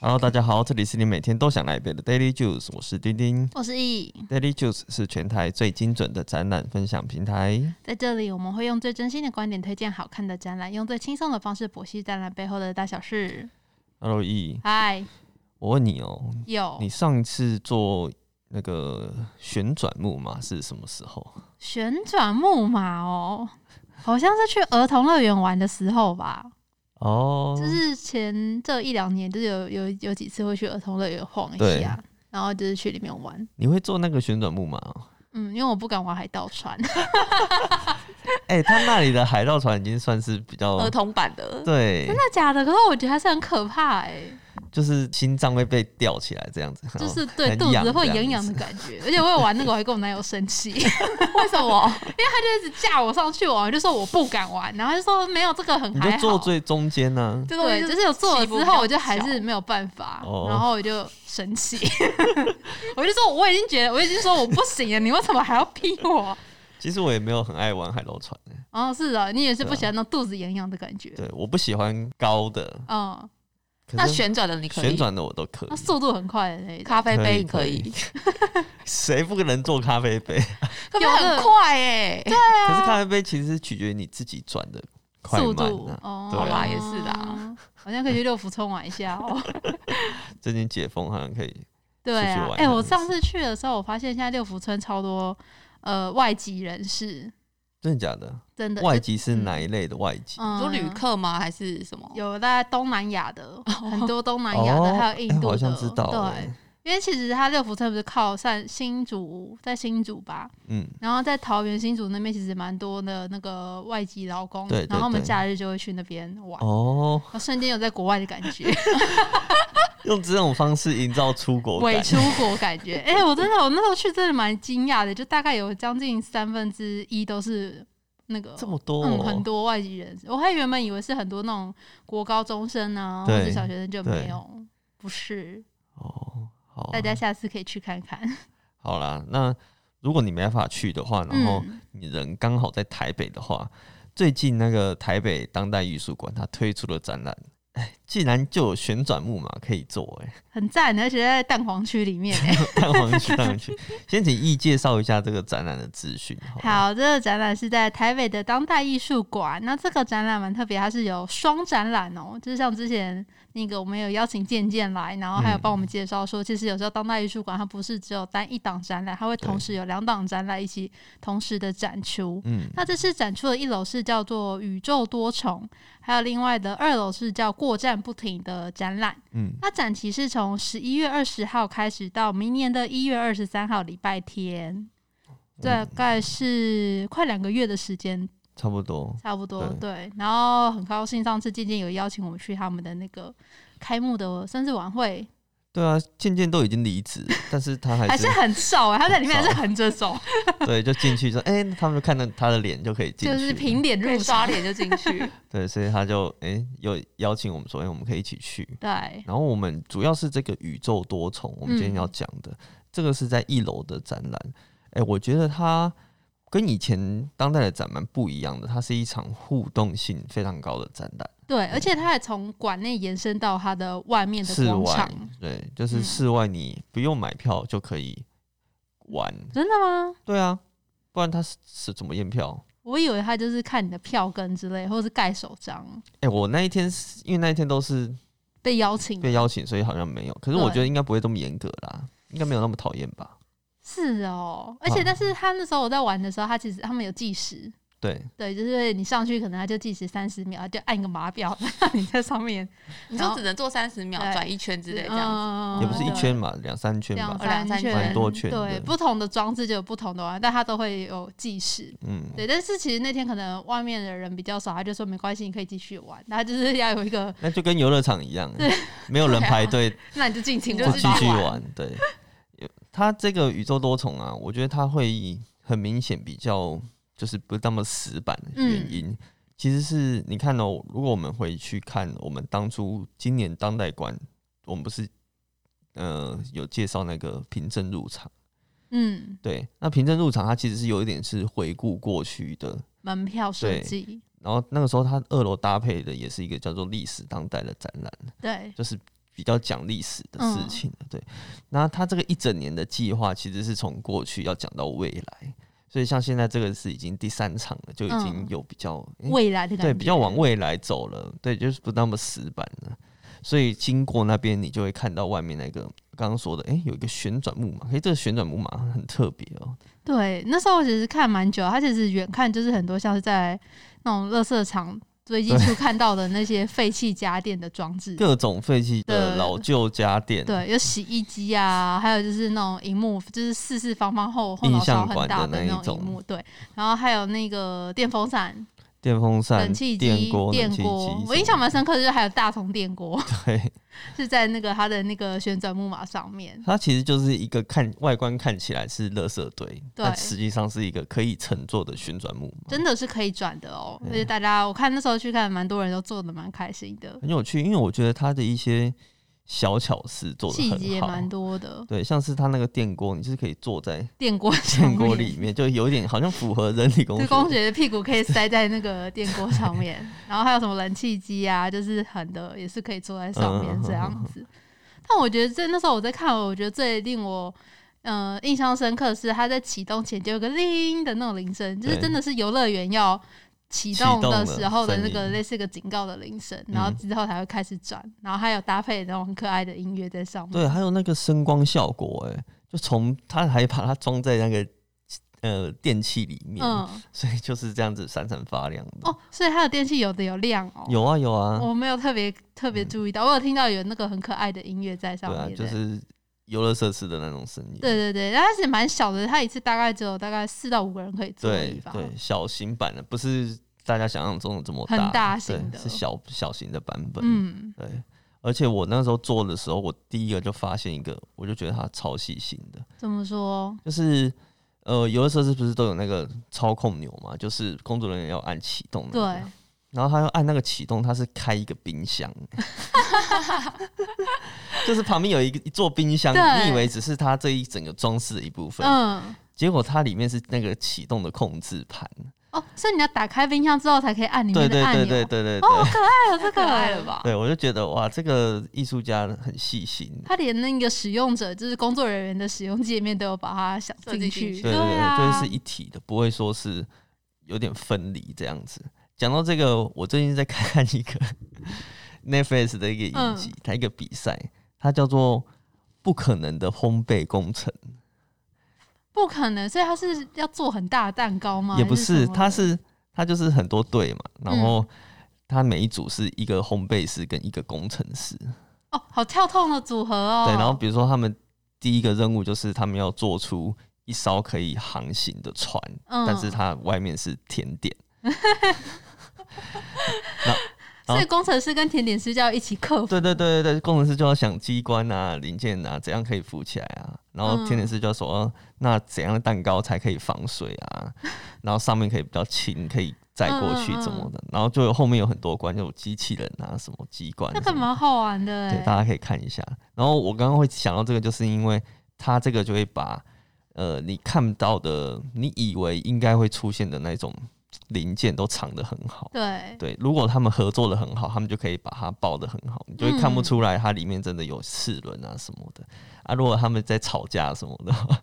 Hello，大家好，这里是你每天都想来一杯的 Daily Juice，我是丁丁。我是 E，易， Daily Juice 是全台最精准的展览分享平台。在这里我们会用最真心的观点推荐好看的展览，用最轻松的方式剖析展览背后的大小事。 Hello E，嗨，我问你哦，有你上一次做那个旋转木马是什么时候？旋转木马哦，好像是去儿童乐园玩的时候吧，哦，就是前这一两年，就是有有有几次会去儿童乐园晃一对下，然后就是去里面玩。你会做那个旋转木马、哦？嗯，因为我不敢玩海盗船，哎、他那里的海盗船已经算是比 较儿童版的，对，真的假的？可是我觉得还是很可怕哎、就是心脏会被吊起来这样子，就然后是对哦很肚痒子会这痒痒子的感 觉，而且我有玩那个，我还跟我男友生气， 为什么？因为他就一直架我上去玩，我就说我不敢玩，然后他就说没有这个很你就还好，坐最中间啊呢、这东西对，就是有做了之后，我就还是没有办法，哦然后我就生气， 我就说我已经觉得我已经说我不行了，你为什么还要逼我？其实我也没有很爱玩海盗船，然后是的，你也是不对啊喜欢那种肚子痒痒的感觉，对，我不喜欢高的，嗯，可那是旋转的你可以，旋转的我都可以那。速度很快的那一种，咖啡杯你可可以以，谁不能做咖啡 杯？可有是的很快哎，可是咖啡杯其实是取决于你自己转的快啊速慢、度啊。哦，对啊好啦也是啦，好像可以去六福村玩一下 哦。最近解封好像可以，对出去啊，玩哎、这我样上次去的时候，我发现现在六福村超多呃外籍人士，真的假的？真的外就籍是哪一类的外籍？嗯有旅客吗？还是什么？有在东南亚的，很多东南亚的，哦还有印哎度的，我好像知道、对哎，因为其实它六福村不是靠上新竹，在新竹吧，嗯，然后在桃园新竹那边其实蛮多的那个外籍劳工，对对然后我们对假日就会去那边玩，哦，我瞬间有在国外的感觉。用这种方式营造出国伪感，出国感觉。哎、我真的，我那时候去真的蛮惊讶的，就大概有将近三分之一都是那个这么多、哦嗯很多外籍人，我还原本以为是很多那种国高中生啊，或对者小学生就对没有。不是，哦，好啊、大家下次可以去看看。好啦，那如果你没办法去的话，然后嗯，你人刚好在台北的话，最近那个台北当代艺术馆它推出了展览，哎，竟然就有旋转木马可以做、哎， 很赞，而且在蛋黄区里面、哎蛋黄区，蛋黄区。先请易介绍一下这个展览的资讯，好吗，好，这个展览是在台北的当代艺术馆。那这个展览蛮特别，它是有双展览哦，就是像之前那个我们有邀请健健来，然后还有嗯帮我们介绍说，其实有时候当代艺术馆它不是只有单一档展览，它会同对时有两档展览一起同时的展出。嗯，那这次展出的一楼是叫做“宇宙多重”，还有另外的二楼是叫“过站不停”的展览。嗯，那展期是从十一月二十号开始到明年的一月二十三号礼拜天，大嗯概是快两个月的时间，差不多。差不多对。然后很高兴上次渐渐有邀请我们去他们的那个开幕的生日晚会，对啊，渐渐都已经离职，但是他还还是 是很瘦啊，他在里面还是横着走，对，就进去说，哎、他们就看到他的脸就可以进去就了，是平脸可入以场刷。脸就进 去，对，所以他就哎、又邀请我们说，哎、我们可以一起去。对，然后我们主要是这个宇宙多重，我们今天要讲嗯的、这个是在一楼的展览。哎，我觉得它跟以前当代的展蛮不一样的，它是一场互动性非常高的展览，对，而且他还从馆内延伸到它的外面的室广外场，对，就是嗯室外你不用买票就可以玩，真的吗？对啊，不然它是是怎么验票？我以为他就是看你的票根之类，或者是盖手章哎，我那一天是因为那一天都是被邀请。被邀请，所以好像没有。可是我对觉得应该不会这么严格啦，应该没有那么讨厌吧？是哦，而且啊但是他那时候我在玩的时候，他其实他们有计时，对，对，就是你上去可能他就计时三十秒，就按个码表， 让你在上面你就只能做三十秒对转一圈之类这样子。嗯也不是一对圈嘛，两三圈两吧，三两三圈，圈蛮多圈对的，不同的装置就有不同的玩，但它都会有计时。嗯，对，但是其实那天可能外面的人比较少，他就说没关系，你可以继续玩。他就是要有一个，那就跟游乐场一样对，没有人排队那你就尽情啊就你就玩是继吧续玩玩。对，它这个宇宙多重啊，我觉得它会很明显比较就是不那么死板的嗯原因，其实是你看哦，如果我们回去看我们当初今年当代馆，我们不是呃有介绍那个凭证入场，嗯，对，那凭证入场它其实是有一点是回顾过去的门票设对计，然后那个时候，它二楼搭配的也是一个叫做“历史当代”的展览，对，就是比较讲历史的事情。嗯对，那他这个一整年的计划其实是从过去要讲到未来，所以像现在这个是已经第三场了，就已经嗯有比较、诶未来的感觉，对比较往未来走了，对，就是不那么死板了。所以经过那边，你就会看到外面那个刚刚说的，诶，有一个旋转木马，诶，这个旋转木马很特别哦、对，那时候我其实看蛮久，它其实远看就是很多像是在那种垃圾场堆积处看到的那些废弃家电的装置，各种废弃的对老旧家电，对，有洗衣机啊，还有就是那种荧幕，就是四四方方后后印脑象勺馆很的大那的一那种种荧幕，对，然后还有那个电风扇、电风扇冷、气电机、锅、电冷气锅机，，我印象蛮深刻的就是还有大同电锅 对。是在那个它的那个旋转木马上面，它其实就是一个看外观看起来是垃圾堆，但实际上是一个可以乘坐的旋转木马，真的是可以转的哦，而对且大家我看那时候去看，蛮多人都做的蛮开心的，很有趣。因为我觉得它的一些小巧思做的细节很好蛮，多的。对，像是它那个电锅，你是可以坐在电锅 上电面锅里面，就有一点好像符合人体工对，学。公爵的屁股可以塞在那个电锅上面，然后还有什么冷气机啊，就是横的也是可以坐在上面嗯这样子。但我觉得在那时候我在看，我觉得最令我呃印象深刻的是它在启动前就有个铃的那种铃声，就是对真的是游乐园要。启启动动的了时候的声那个音类似一个警告的铃声，然后嗯之后才会开始转，然后还有搭配那种很可爱的音乐在上面。对，还有那个声光效果、哎，就从它还把它装在那个呃电器里面，嗯，所以就是这样子闪闪发亮的。哦，所以它的电器有的有亮哦，有啊有啊，我没有特别特别注意到，我有听到有那个很可爱的音乐在上对面啊的、，就是游乐设施的那种声音。对对对，但它是蛮小的，它一次大概只有大概四到五个人可以坐的地对方。对，小型版的不是大家想象中的这么很大，大对型的是小小型的版本。嗯，对。而且我那时候做的时候，我第一个就发现一个，我就觉得它超细心的，怎么说？就是呃，游乐设施不是都有那个操控钮嘛，就是工作人员要按启动那对，个，然后他要按那个启动，他是开一个冰箱， 就是旁边有一个一座冰箱，对你以为只是它这一整个装饰的一部分，嗯，结果它里面是那个启动的控制盘，哦，所以你要打开冰箱之后才可以按里对面对的按钮。对对对对对， 哎呦，这可个爱了？吧？对我就觉得哇，这个艺术家很细心，它连那个使用者，就是工作人员的使用界面都有把它想设计进进去去。对对对，啊，就是一体的，不会说是有点分离这样子。讲到这个，我最近在看一个 Netflix 的一个影集，嗯它一个比赛，它叫做《不可能的烘焙工程不可能，所以它是要做很大的蛋糕吗》，？也不还是什是，么嗯它的是它就是很多队嘛，然后它每一组是一个烘焙师跟一个工程师，哦，好跳痛的组合哦。对，然后比如说他们第一个任务就是他们要做出一艘可以航行的船，嗯但是它外面是甜点，然后所以工程师跟甜点师就要一起克服。对对对对对，工程师就要想机关啊、零件啊，怎样可以浮起来啊，然后甜点师就要说、哦那怎样的蛋糕才可以防水 啊，然后上面可以比较轻，可以载过去嗯嗯怎么的，然后就有后面有很多关，就有机器人啊，什么机关那什个么的蛮好玩的对，哎、大家可以看一下。然后我刚刚会想到这个，就是因为它这个就会把呃你看不到的，你以为应该会出现的那种零件都藏得很好。对，对，如果他们合作的很好，他们就可以把它包的很好，你就会看不出嗯来它里面真的有齿轮啊什么的、啊。如果他们在吵架什么的 话，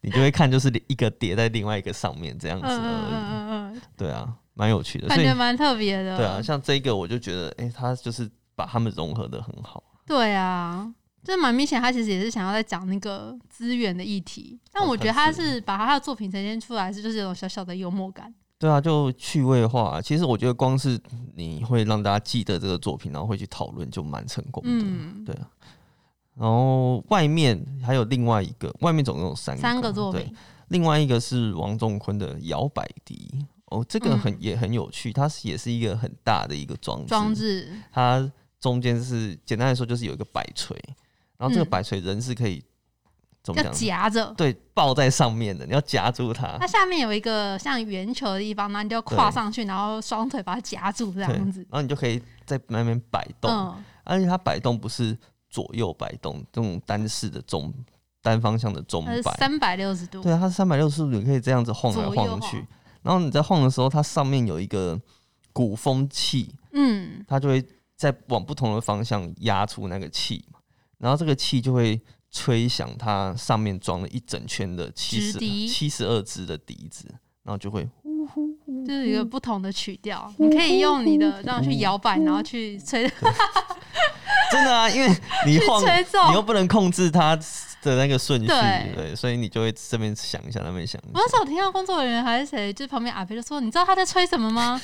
你就会看就是一个叠在另外一个上面这样子嗯而嗯已。嗯嗯对啊，蛮有趣的。嗯，所感以觉蛮特别的。对啊，像这个我就觉得，哎、它就是把它们融合的很好。对啊，这蛮明显，他其实也是想要在讲那个资源的议题。但哦我觉得他是把他的作品呈现出来，是就是有种小小的幽默感。对啊，就趣味化。啊其实我觉得光是你会让大家记得这个作品，然后会去讨论，就蛮成功的。嗯，对啊。然后外面还有另外一个，外面总共有三个三个作对品，另外一个是王仲坤的《摇摆笛》哦，这个很、也很有趣，它是也是一个很大的一个装置，嗯装置它中间是简单来说就是有一个摆锤，然后这个嗯摆锤人是可以、怎么要讲？啊夹着，对，抱在上面的，你要夹住它。它下面有一个像圆球的地方，然后你就要跨上去，然后双腿把它夹住这对，样子然。后你就可以在那边摆动，嗯，而且它摆动不是左右摆动这种单式的中单方向的中它是摆，呃三百六十度。对，它是三百六十度，你可以这样子晃来左右晃去。然后你在晃的时候，它上面有一个鼓风器，嗯，它就会再往不同的方向压出那个气嘛，然后这个气就会吹响它上面装了一整圈的七直十笛七十二支的笛子，然后就会就是一个不同的曲调，你可以用你的这样去摇摆，然后去吹， 真的啊，因为你晃吹奏你又不能控制它的那个顺序，对对，所以你就会这边想一下，那边想一我那时下。候听到工作人员还是谁，就是旁边阿飞就说：“你知道他在吹什么吗？”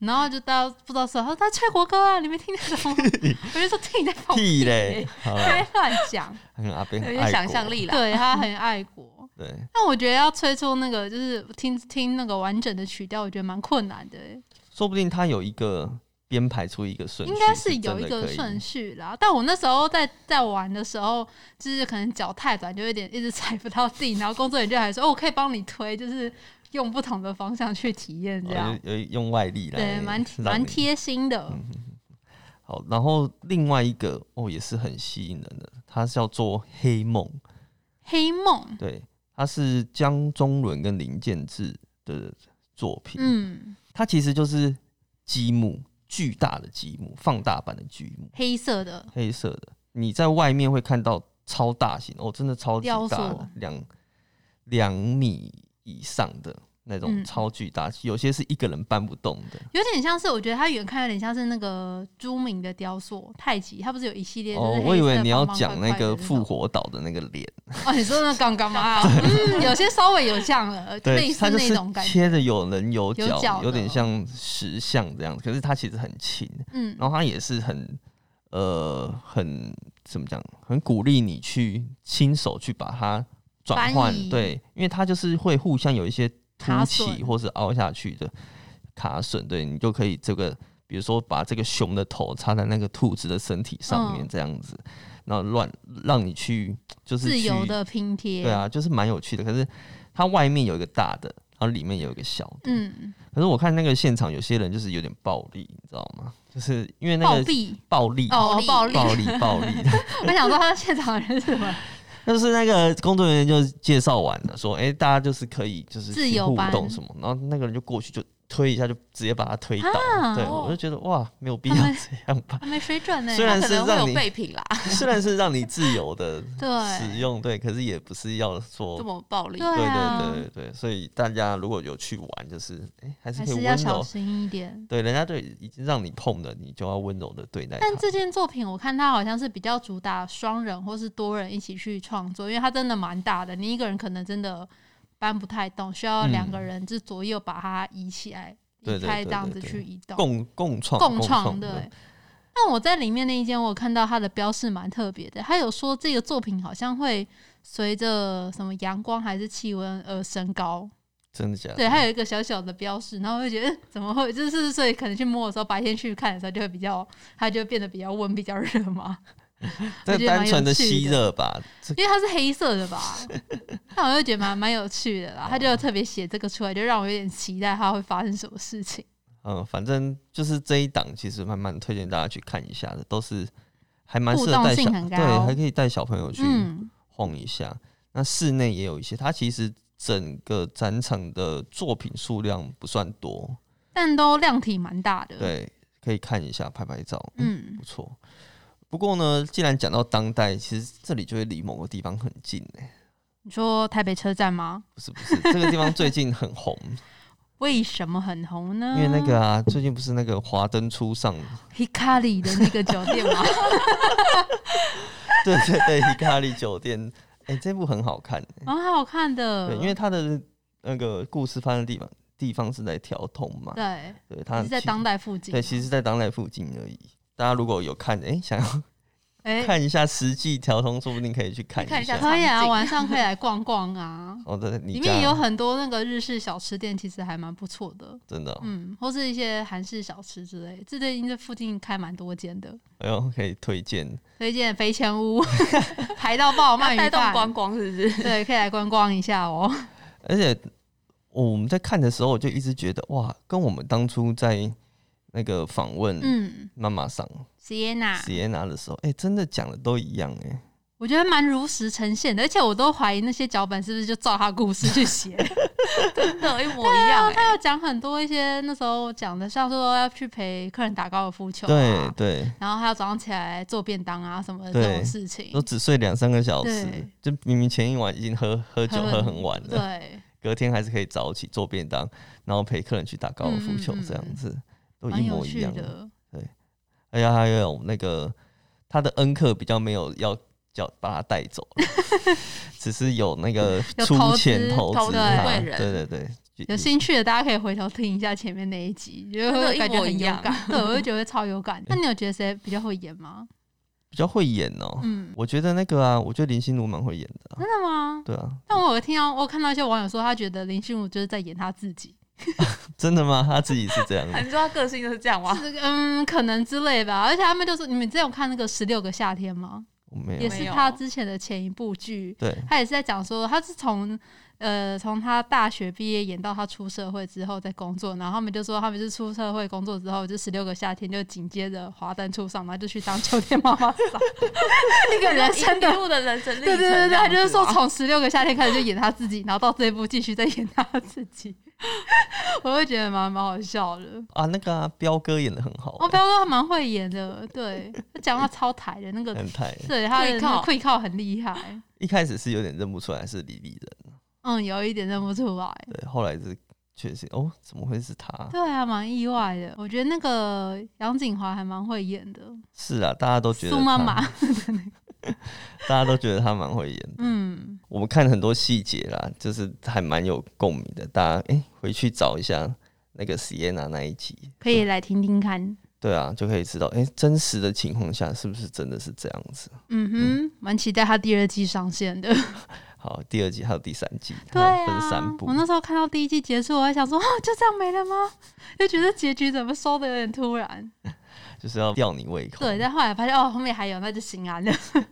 然后就大家不知道是，他说他在吹国歌啊，你没听得懂 吗？我就说听你在放屁屁嘞，好了，还乱讲，很阿贝有很点爱想国象，力 啦。对啊他很爱国。对，但我觉得要吹出那个就是听听那个完整的曲调，我觉得蛮困难的欸、说不定他有一个编排出一个顺序，应该是是有一个顺序，序啦。但我那时候在在玩的时候，就是可能脚太短，就有点一直 踩不到地，然后工作人员就还说：“哦，我可以帮你推，就是用不同的方向去体验这样哦。有有用外力来对，让你，蛮蛮贴心的。嗯好，然后另外一个哦，也是很吸引人的，它叫做《黑梦》，黑梦，对，它是江中伦跟林建志的作品。，嗯，它其实就是积木，巨大的积木，放大版的巨木，黑色的，黑色的。你在外面会看到超大型哦，真的超级雕大塑的，两两米以上的那种嗯超巨大，有些是一个人搬不动的。有点像是我觉得它远看有点像是那个朱明的雕塑太极，它不是有一系列就是哦黑，色我以为你要方方讲块那块的个种复活岛的那个 脸。哦，你说那刚刚啊嘛， 嗯， 有些稍微有像了，类对，似它就那是种感觉，切的有棱有角，有角的点像石像这样子。可是它其实很轻，嗯，然后它也是很呃很怎么讲，很鼓励你去亲手去把它转换翻译。对，因为它就是会互相有一些凸卡榫起或是凹下去的卡榫，对你就可以这个。比如说，把这个熊的头插在那个兔子的身体上面，嗯这样子，然后乱让你去，就是自去由的拼贴，对啊，就是蛮有趣的。可是它外面有一个大的，然后里面有一个小的。嗯，可是我看那个现场有些人就是有点暴力，你知道吗？就是因为那暴个毙暴力、哦，暴暴力，暴力、暴力， 我想说他现场的人是什么？ 就是那个工作人员就介绍完了，说：“哎、大家就是可以就是自去由互班动什么。”然后那个人就过去就推一下，就直接把他推倒。啊对，哦我就觉得哇，没有必要他们这样 吧。他没水准呢，虽然可是能会让有你，备品啦，虽然是让你自由的 对使用，对，可是也不是要说这么暴力对。对啊，对对对，所以大家如果有去玩，就是哎、诶还是还可以是温要小柔。心一点。对，人家对已经让你碰了，你就要温柔的对待他。但这件作品，我看它好像是比较主打双人或是多人一起去创作，因为它真的蛮大的，你一个人可能真的搬不太动，需要嗯两个人就左右把它移起来，对移对开对这样对子对去移动。共共创哦共创创对。那我在里面那一间，我有看到它的标示蛮特别的，它有说这个作品好像会随着什么阳光还是气温而升高，真的假的？对，它有一个小小的标示，然后我就觉得嗯怎么会， 就是所以可能去摸的时候，白天去看的时候就会比较，它就会变得比较温、比较热 嘛，这我觉得单蛮有纯的趣吸的热吧，这因为它是黑色 的吧，那我就觉得蛮蛮有趣的啦，它就特别写这个出来，就让我有点期待它会发生什么事情。嗯，反正就是这一档，其实蛮蛮推荐大家去看一下的，都是还蛮互适合动带性小很对，高还可以带小朋友去嗯，晃一下。那室内也有一些，它其实整个展场的作品数量不算多，但都量体蛮大的，，对，可以看一下拍拍照，嗯不错。不过呢，既然讲到当代，其实这里就会离某个地方很近呢、你说台北车站吗？不是不是，这个地方最近很 红，为什么很红呢？因为那个啊，最近不是那个华灯初上， Hikari 的那个酒店吗？对对对，伊卡里酒店，哎、这部很好看、欸，蛮哦好看的，对，因为它的那个故事发生的地方地方是在调通嘛，对对，它也是在其当代附近，对，其实在当代附近而已。大家如果有看，哎、 想要哎，看一下实际调通，说不定可以去看看一一下下。可以场啊，景晚上可以来逛逛啊。 哦，对， 你里家面也有很多那个日式小吃店，其实还蛮不错的，真的哦、嗯，或是一些韩式小吃之类。这最近这附近开蛮多间的，哎呦，可以推荐。推荐肥 前屋排到爆鳗要带鱼动观饭，光是不是？对，可以来观光一下哦。而且、哦我们在看的时候，我就一直觉得哇，跟我们当初在那个访问嗯啊妈妈桑，Sienna， s i e n a 的时候，哎、真的讲的都一样哎、我觉得蛮如实呈现的，而且我都怀疑那些脚本是不是就照他故事去写。 真的，一模一样、啊，他欸。有讲很多一些那时候讲的，像说要去陪客人打高尔夫球、啊，对对，然后还有早上起来做便当啊什么的对这种事情，都只睡两三个小时对，就明明前一晚已经喝喝酒很喝很晚了，对，隔天还是可以早起做便当，然后陪客人去打高尔夫球嗯嗯嗯这样子，都蛮一有模一趣样。的。哎呀，还有那个他的恩客比较没有要叫把他带走了 只是有那个有出投资钱投投资资他，贵人对对对，有兴趣的大家可以回头听一下前面那一集， 就真的会一感觉模很一有样感。对，我就觉得超有感。那你有觉得谁比较会演吗？比较会演哦、嗯，我觉得那个啊，我觉得林心如蛮会演的啊、真的吗？对啊，但我有听到，我有看到一些网友说，他觉得林心如就是在演他自己，真的吗？他自己是这样啊 的，你说他个性就是这样吗？是嗯，可能之类吧。而且他们就说，你们之前有看那个《十六个夏天》吗？我没也有。是没有他之前的前一部剧，对，他也是在讲说，他是从呃从他大学毕业演到他出社会之后在工作，然后他们就说他们是出社会工作之后，就十六个夏天就紧接着华灯初上，然后就去当秋天妈妈桑，那个人生 一的。路的人生历对程对这对样子对，啊吗，他就是说从十六个夏天开始就演他自己，然后到这一部继续再演他自己， 我会觉得蛮蛮好笑的。啊，那个啊，彪哥演的很好、啊哦，彪哥还蛮会演的，对他讲话超台的那个，很台。对他的 Quick 那 call 个 quick call 很厉害，一开始是有点认不出来是李丽人，嗯，有一点认不出来。对，后来是确实哦，怎么会是他？对啊，蛮意外的。我觉得那个杨景华还蛮会演的，是啊，大家都觉得苏妈他，妈，大家都觉得他蛮会演的。嗯，我们看很多细节啦，就是还蛮有共鸣的。大家哎、回去找一下那个 Sienna 那一集，可以来听听看。对啊，就可以知道哎、真实的情况下是不是真的是这样子。嗯哼，蛮期待他第二季上线 的。好，第二季还有第三季，对它分三啊，部我。那时候看到第一季结束，我还想说，哦，就这样没了吗？就觉得结局怎么收的有点突然。就是要吊你胃口。对，但后来发现哦，后面还有，那就心安了。嗯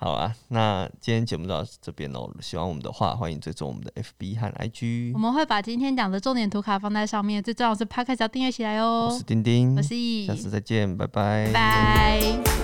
好啊，那今天节目就到这边喽。喜欢我们的话，欢迎追踪我们的 FB 和 IG 我。们会把今天讲的重点图卡放在上哦面，最重要的是 p o d c a s t 要订阅起来我哦是。丁丁我，是易下，次再见，拜拜。